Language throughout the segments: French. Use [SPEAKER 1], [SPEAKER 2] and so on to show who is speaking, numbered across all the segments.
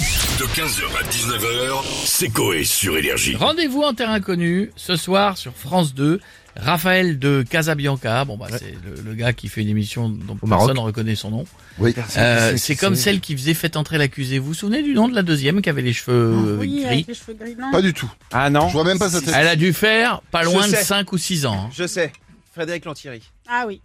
[SPEAKER 1] De 15h à 19h, c'est Coé sur Énergie.
[SPEAKER 2] Rendez-vous en terre inconnue ce soir sur France 2. Raphaël de Casabianca, bon bah c'est le, le gars qui fait une émission dont
[SPEAKER 3] Maroc.
[SPEAKER 2] personne ne reconnaît son nom.
[SPEAKER 3] Oui.
[SPEAKER 2] Euh, c'est comme celle qui faisait Faites entrer l'accusé. Vous vous souvenez du nom de la deuxième qui avait les cheveux euh,
[SPEAKER 4] Ah Oui,
[SPEAKER 2] gris
[SPEAKER 4] avec les cheveux gris. Non,
[SPEAKER 3] Pas du tout.
[SPEAKER 5] Ah non
[SPEAKER 3] Je vois même pas sa tête.
[SPEAKER 2] Elle a dû faire pas
[SPEAKER 5] Je
[SPEAKER 2] loin de
[SPEAKER 5] sais.
[SPEAKER 2] 5 ou 6 ans. hein.
[SPEAKER 5] Je sais. Frédéric Lantieri.
[SPEAKER 4] Ah oui.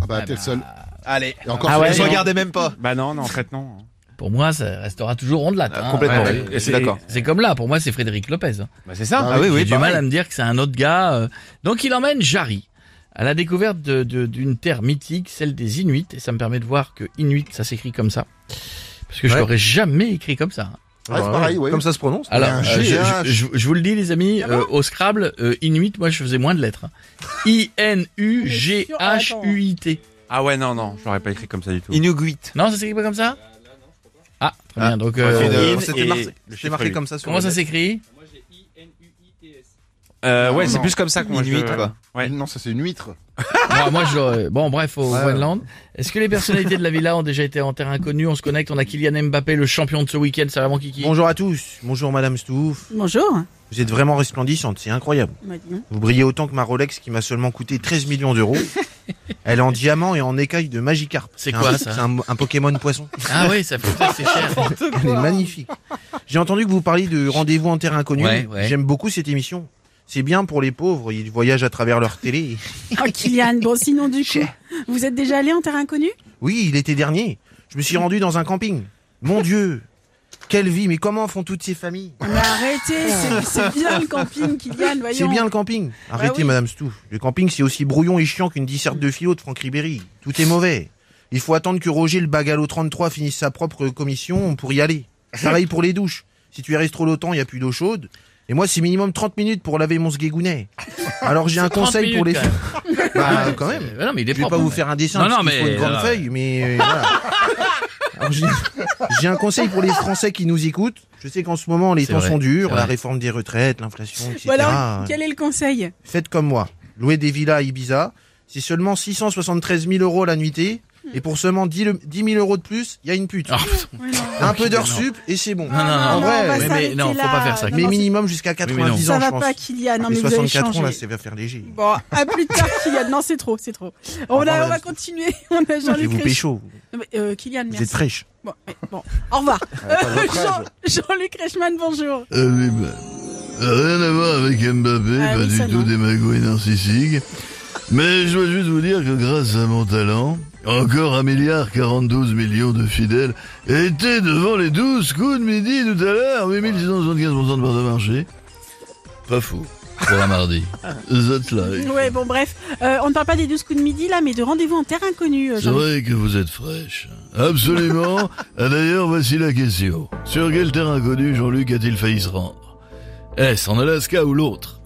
[SPEAKER 3] Ah bah, t'es le seul.
[SPEAKER 5] Allez.
[SPEAKER 3] Et encore
[SPEAKER 5] ah
[SPEAKER 3] sur
[SPEAKER 5] ouais,
[SPEAKER 3] les
[SPEAKER 5] je
[SPEAKER 3] gens.
[SPEAKER 5] regardais même pas. Bah non, non, en fait non.
[SPEAKER 2] Pour moi, ça restera toujours Rondelat. hein.
[SPEAKER 5] Ah, complètement,
[SPEAKER 2] Ouais,
[SPEAKER 5] oui.
[SPEAKER 2] ouais.
[SPEAKER 5] C'est- d'accord.
[SPEAKER 2] C'est comme là, pour moi c'est Frédéric Lopez. hein.
[SPEAKER 5] Bah c'est ça.
[SPEAKER 3] Ah oui,
[SPEAKER 2] J'ai du mal à me dire que c'est un autre gars. euh. Donc il emmène Jarry à la découverte de- de- d'une terre mythique, celle des Inuits. Et ça me permet de voir que Inuit, ça s'écrit comme ça. Parce que je
[SPEAKER 6] Ouais.
[SPEAKER 2] l'aurais jamais écrit comme ça. hein.
[SPEAKER 3] Ouais, Ah, c'est pareil, bah, ouais.
[SPEAKER 6] Comme ça se prononce.
[SPEAKER 2] Alors,
[SPEAKER 3] un
[SPEAKER 2] euh,
[SPEAKER 3] G,
[SPEAKER 2] je,
[SPEAKER 3] un
[SPEAKER 2] je- je- je vous le dis les amis,
[SPEAKER 4] Ah bon
[SPEAKER 2] euh, au Scrabble, euh, Inuit, moi je faisais moins de lettres. hein. I-N-U-G-H-U-I-T.
[SPEAKER 5] Ah ouais, non, non, je l'aurais pas écrit comme ça du tout. Inuguit.
[SPEAKER 2] Non, ça s'écrit pas comme ça Ah, très bien. Donc, euh,
[SPEAKER 6] C'était
[SPEAKER 5] Euh,
[SPEAKER 6] c'était
[SPEAKER 5] et
[SPEAKER 6] marqué-
[SPEAKER 5] le
[SPEAKER 6] c'était
[SPEAKER 5] chiffre
[SPEAKER 6] marqué
[SPEAKER 5] huit.
[SPEAKER 6] comme ça sur
[SPEAKER 2] comment
[SPEAKER 6] le
[SPEAKER 2] ça
[SPEAKER 6] net.
[SPEAKER 2] s'écrit
[SPEAKER 5] Euh, ouais,
[SPEAKER 3] Non,
[SPEAKER 5] c'est
[SPEAKER 3] non.
[SPEAKER 5] plus comme ça qu'on
[SPEAKER 6] Inuit, quoi.
[SPEAKER 5] Ouais.
[SPEAKER 3] Non, ça c'est une huître.
[SPEAKER 2] Bon, moi, je l'aurais- Bon, bref, au
[SPEAKER 6] Ouais.
[SPEAKER 2] Groenland. Est-ce que les personnalités de la villa ont déjà été en terre inconnue On se connecte, on a Kylian Mbappé, le champion de ce week-end. Ça va, mon Kiki
[SPEAKER 6] Bonjour à tous. Bonjour Madame Stouff.
[SPEAKER 4] Bonjour.
[SPEAKER 6] Vous êtes vraiment resplendissante, c'est incroyable.
[SPEAKER 4] Bah, dis donc.
[SPEAKER 6] Vous brillez autant que ma Rolex qui m'a seulement coûté 13 millions d'euros. Elle est en diamant et en écaille de Magikarp.
[SPEAKER 2] C'est
[SPEAKER 6] un-
[SPEAKER 2] quoi, ça
[SPEAKER 6] C'est un, un Pokémon poisson.
[SPEAKER 2] Ah oui, ça fait c'est cher.
[SPEAKER 6] Elle est magnifique. J'ai entendu que vous parliez de rendez-vous en terre inconnue.
[SPEAKER 2] Ouais, ouais.
[SPEAKER 6] J'aime beaucoup cette émission. C'est bien pour les pauvres, ils voyagent à travers leur télé.
[SPEAKER 4] Oh, Kylian, bon, sinon, du coup, vous êtes déjà allé en terre inconnue
[SPEAKER 6] Oui, l'été dernier, je me suis rendu dans un camping. Mon Dieu, quelle vie, mais comment font toutes ces familles
[SPEAKER 4] Ah, Mais arrêtez, c'est- c'est bien le camping, Kylian, voyons.
[SPEAKER 6] C'est bien le camping. Arrêtez,
[SPEAKER 4] Bah oui.
[SPEAKER 6] Madame Stouff. Le camping, c'est aussi brouillon et chiant qu'une disserte de philo de Franck Ribéry. Tout est mauvais. Il faut attendre que Roger le Bagalo 33 finisse sa propre commission pour y aller. Pareil pour les douches. Si tu y restes trop longtemps, il n'y a plus d'eau chaude. Et moi, c'est minimum 30 minutes pour laver mon sgégounet. Alors j'ai un
[SPEAKER 2] 30
[SPEAKER 6] conseil pour les...
[SPEAKER 2] minutes,
[SPEAKER 6] Bah, quand même.
[SPEAKER 2] C'est- ouais, non, mais il est
[SPEAKER 6] Je vais
[SPEAKER 2] propre. hein.
[SPEAKER 6] pas vous faire un dessin,
[SPEAKER 2] Non,
[SPEAKER 6] parce
[SPEAKER 2] non,
[SPEAKER 6] qu'il faut
[SPEAKER 2] mais-
[SPEAKER 6] une grande
[SPEAKER 2] non.
[SPEAKER 6] feuille, mais euh, voilà. Alors, J'ai j'ai un conseil pour les Français qui nous écoutent. Je sais qu'en ce moment, les
[SPEAKER 2] C'est
[SPEAKER 6] temps
[SPEAKER 2] vrai,
[SPEAKER 6] sont durs,
[SPEAKER 2] c'est
[SPEAKER 6] la
[SPEAKER 2] vrai.
[SPEAKER 6] réforme des retraites, l'inflation, etc.
[SPEAKER 4] Voilà, quel est le conseil
[SPEAKER 6] Faites comme moi. Louez des villas à Ibiza. C'est seulement 673 000 euros la nuitée. Et pour seulement 10 le- 10 000 euros de plus, il y a une pute.
[SPEAKER 2] Oh, putain.
[SPEAKER 4] Ouais, non.
[SPEAKER 6] un peu d'heures
[SPEAKER 2] non.
[SPEAKER 6] sup et c'est bon.
[SPEAKER 2] non, non,
[SPEAKER 4] Ah,
[SPEAKER 6] en vrai,
[SPEAKER 4] on va
[SPEAKER 6] mais-
[SPEAKER 2] mais
[SPEAKER 4] s'arrêter
[SPEAKER 2] non, faut
[SPEAKER 4] là.
[SPEAKER 2] pas faire ça.
[SPEAKER 4] Non,
[SPEAKER 6] Mais
[SPEAKER 4] non,
[SPEAKER 6] minimum jusqu'à
[SPEAKER 2] mais non.
[SPEAKER 6] 90
[SPEAKER 4] Ça
[SPEAKER 6] ans, je
[SPEAKER 4] va
[SPEAKER 6] pense.
[SPEAKER 4] pas, Kylian. Non,
[SPEAKER 6] Les
[SPEAKER 4] mais vous avez
[SPEAKER 6] 64 ans, là,
[SPEAKER 4] changé.
[SPEAKER 6] ça va faire léger.
[SPEAKER 4] Bon, à plus tard, Kylian. Non, c'est trop, c'est trop. On,
[SPEAKER 6] revoir,
[SPEAKER 4] a, on va
[SPEAKER 6] madame.
[SPEAKER 4] continuer. On a
[SPEAKER 6] Ah, bah, Je vais
[SPEAKER 4] Jean-Luc
[SPEAKER 6] vous
[SPEAKER 4] Réchou.
[SPEAKER 6] pécho.
[SPEAKER 4] Non, mais, euh, Kylian,
[SPEAKER 6] Vous
[SPEAKER 4] merci.
[SPEAKER 6] êtes fraîche.
[SPEAKER 4] Bon, ouais, bon, au revoir. Euh,
[SPEAKER 3] votre
[SPEAKER 4] Jean- Jean-Luc Reichmann, bonjour.
[SPEAKER 7] Euh, oui, bah, rien à voir avec Mbappé,
[SPEAKER 4] Ah
[SPEAKER 7] pas
[SPEAKER 4] oui,
[SPEAKER 7] du
[SPEAKER 4] ça, non.
[SPEAKER 7] tout démagogue et narcissique. Mais je dois juste vous dire que grâce à mon talent, encore un milliard 42 millions de fidèles étaient devant les 12 coups de midi tout à l'heure, 8675% de part de marché. Pas fou. Pour un mardi. That's life.
[SPEAKER 4] Ouais, bon, bref. Euh, on ne parle pas des 12 coups de midi, là, mais de rendez-vous en terre inconnue, euh,
[SPEAKER 7] C'est
[SPEAKER 4] Jean-Luc.
[SPEAKER 7] vrai que vous êtes fraîche. Absolument. Ah, D'ailleurs, voici la question. Sur quel terrain inconnu Jean-Luc a-t-il failli se rendre Est-ce en Alaska ou l'autre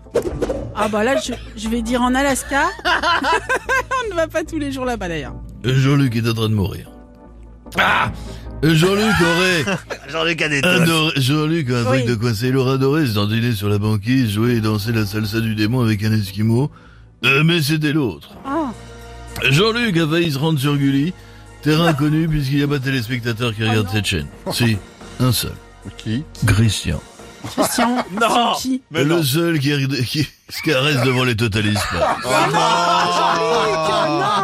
[SPEAKER 4] Ah bah là, je, je vais dire en Alaska. On ne va pas tous les jours là-bas d'ailleurs.
[SPEAKER 7] Euh, Jean-Luc est en train de mourir. Ah Jean-Luc aurait
[SPEAKER 6] Jean-Luc a des
[SPEAKER 7] adoré, Jean-Luc a un truc
[SPEAKER 4] Oui.
[SPEAKER 7] de coincé, il aurait adoré se dandiner sur la banquise, jouer et danser la salsa du démon avec un esquimau, Euh, mais c'était l'autre.
[SPEAKER 4] Ah,
[SPEAKER 7] Jean-Luc a failli se rendre sur Gulli, terrain inconnu puisqu'il n'y a pas de téléspectateurs qui regardent cette chaîne. Si, un seul,
[SPEAKER 3] Qui
[SPEAKER 7] Christian.
[SPEAKER 4] Christian, non qui
[SPEAKER 7] le seul qui, qui se caresse devant les totalistes.
[SPEAKER 4] Ah,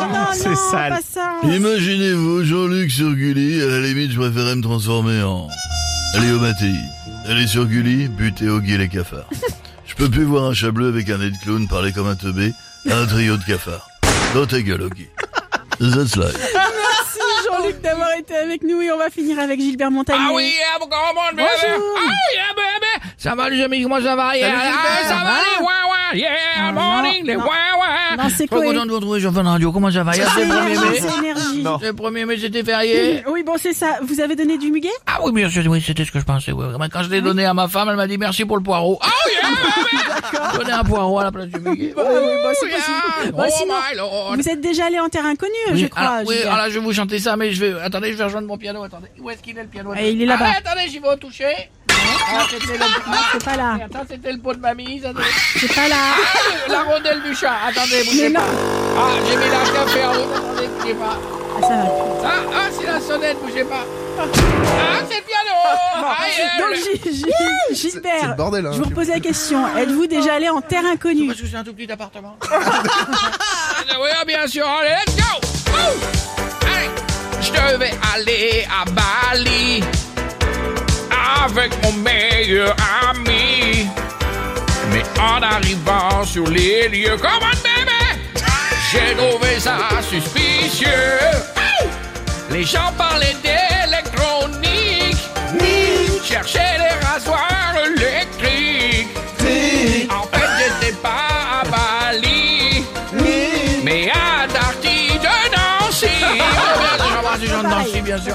[SPEAKER 4] non, non, non,
[SPEAKER 5] C'est sale.
[SPEAKER 4] pas ça.
[SPEAKER 7] Imaginez-vous Jean-Luc sur Gulli, à la limite je préférais me transformer en Léo Mattei. Aller sur Gulli, buter au guet les cafards. Je peux plus voir un chat bleu avec un nez de clown parler comme un teubé à un trio de cafards. Dans ta gueule, Oggy. That's life.
[SPEAKER 4] Merci Jean-Luc d'avoir été avec nous et on va finir avec Gilbert Montagnier.
[SPEAKER 2] Ah oui, ah, bon, comment, bébé
[SPEAKER 4] Bonjour.
[SPEAKER 2] Ah oui, ah, bébé Ça va les amis, comment ça va yeah, ah, Ça
[SPEAKER 6] Hein?
[SPEAKER 2] va les ouah, ouah, yeah,
[SPEAKER 4] Ah,
[SPEAKER 2] morning,
[SPEAKER 4] non,
[SPEAKER 2] les
[SPEAKER 4] non.
[SPEAKER 2] ouah, ouah.
[SPEAKER 4] Non, c'est
[SPEAKER 2] Trop
[SPEAKER 4] Coé.
[SPEAKER 2] content de vous retrouver sur Fun Radio, comment ça va Hier,
[SPEAKER 4] C'est
[SPEAKER 2] C'est le 1er
[SPEAKER 4] énergie,
[SPEAKER 2] mai
[SPEAKER 4] c'est énergie.
[SPEAKER 2] Le 1er mai, c'était férié
[SPEAKER 4] Oui, bon, c'est ça. Vous avez donné du muguet
[SPEAKER 2] Ah oui, bien sûr, oui, c'était ce que je pensais. Oui. Vraiment, Quand je l'ai donné à ma femme, elle m'a dit merci pour le poireau. Ah oui, ah, bébé Donner un poireau à la place du muguet.
[SPEAKER 4] Bah, oui, bah, c'est
[SPEAKER 2] Oh, yeah.
[SPEAKER 4] possible. Bah,
[SPEAKER 2] Oh
[SPEAKER 4] sinon,
[SPEAKER 2] my lord
[SPEAKER 4] Vous êtes déjà allé en terre inconnue, je
[SPEAKER 2] Oui,
[SPEAKER 4] crois.
[SPEAKER 2] alors, oui,
[SPEAKER 4] Gilbert.
[SPEAKER 2] alors là, je vais vous chanter ça, mais je vais. Attendez, je vais rejoindre mon piano. Attendez, où est-ce qu'il est le piano
[SPEAKER 4] Ah, il est là-bas.
[SPEAKER 2] Ah, attendez, j'y vais au toucher. Ah, c'était le-
[SPEAKER 4] Ah, c'est pas là.
[SPEAKER 2] Attends, c'était le pot de mamie. ça, c'est-
[SPEAKER 4] C'est pas là.
[SPEAKER 2] Ah, La rondelle du chat. Attendez,
[SPEAKER 4] Mais
[SPEAKER 2] bougez
[SPEAKER 4] non.
[SPEAKER 2] pas. Ah, j'ai mis la café en route. Attendez, bougez pas.
[SPEAKER 4] Ah, ça va.
[SPEAKER 2] Ah, ah, c'est la sonnette, bougez pas. Ah, c'est le piano.
[SPEAKER 4] Donc j'y- j'y- j'y
[SPEAKER 3] C'est le
[SPEAKER 4] perds.
[SPEAKER 3] bordel, hein.
[SPEAKER 4] Je vous repose la question. Êtes-vous déjà allé en terre inconnue
[SPEAKER 1] Parce que c'est un tout petit appartement. oui, bien sûr. Allez, let's go. Wouh. Allez, je devais aller à Bali avec mon meilleur ami. Mais en arrivant sur les lieux, comme un bébé, j'ai trouvé ça suspicieux. Les gens parlaient d'électronique, cherchaient les rasoirs électriques. En fait, j'étais pas à Bali, mais à Darty de Nancy. Oh, ben, bien sûr, j'embrasse les gens de Nancy, bien sûr.